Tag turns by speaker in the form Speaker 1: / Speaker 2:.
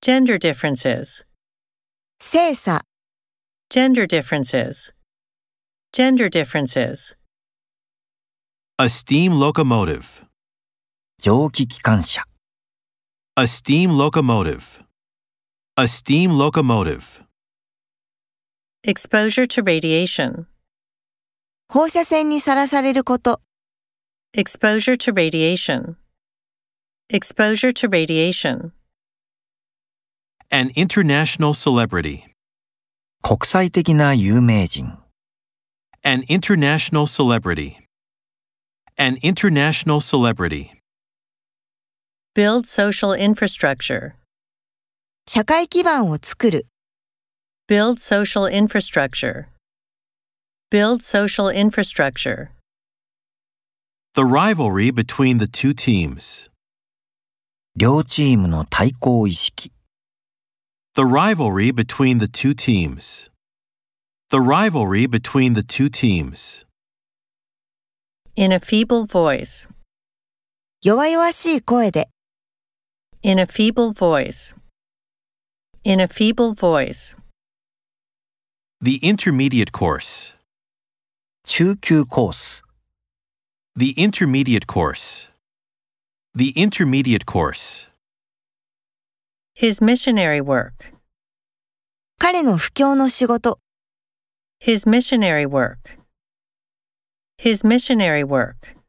Speaker 1: Gender differences.
Speaker 2: 性差、
Speaker 1: Gender differences. Gender differences.
Speaker 3: A steam locomotive.
Speaker 4: 蒸気機関車
Speaker 3: A steam locomotive. A steam locomotive.
Speaker 1: Exposure to radiation.
Speaker 2: 放射線にさらされること、
Speaker 1: Exposure to radiation. Exposure to radiation.
Speaker 3: An international celebrity.
Speaker 4: 国際的な有名人
Speaker 3: An international celebrity. An international celebrity.
Speaker 1: Build social infrastructure.
Speaker 2: 社会基盤を作る、
Speaker 1: Build social infrastructure. Build social infrastructure.
Speaker 3: The rivalry between the two teams.
Speaker 4: 両チームの対抗意識
Speaker 3: The rivalry between the two teams. The rivalry between the two teams.
Speaker 1: In a feeble voice.
Speaker 2: 弱々しい声で、
Speaker 1: In a feeble voice. In a feeble voice.
Speaker 3: The intermediate course.
Speaker 4: 中級コース
Speaker 3: The intermediate course. The intermediate course.
Speaker 1: His missionary work.
Speaker 2: 彼の不況の仕事、
Speaker 1: His missionary work. His missionary work.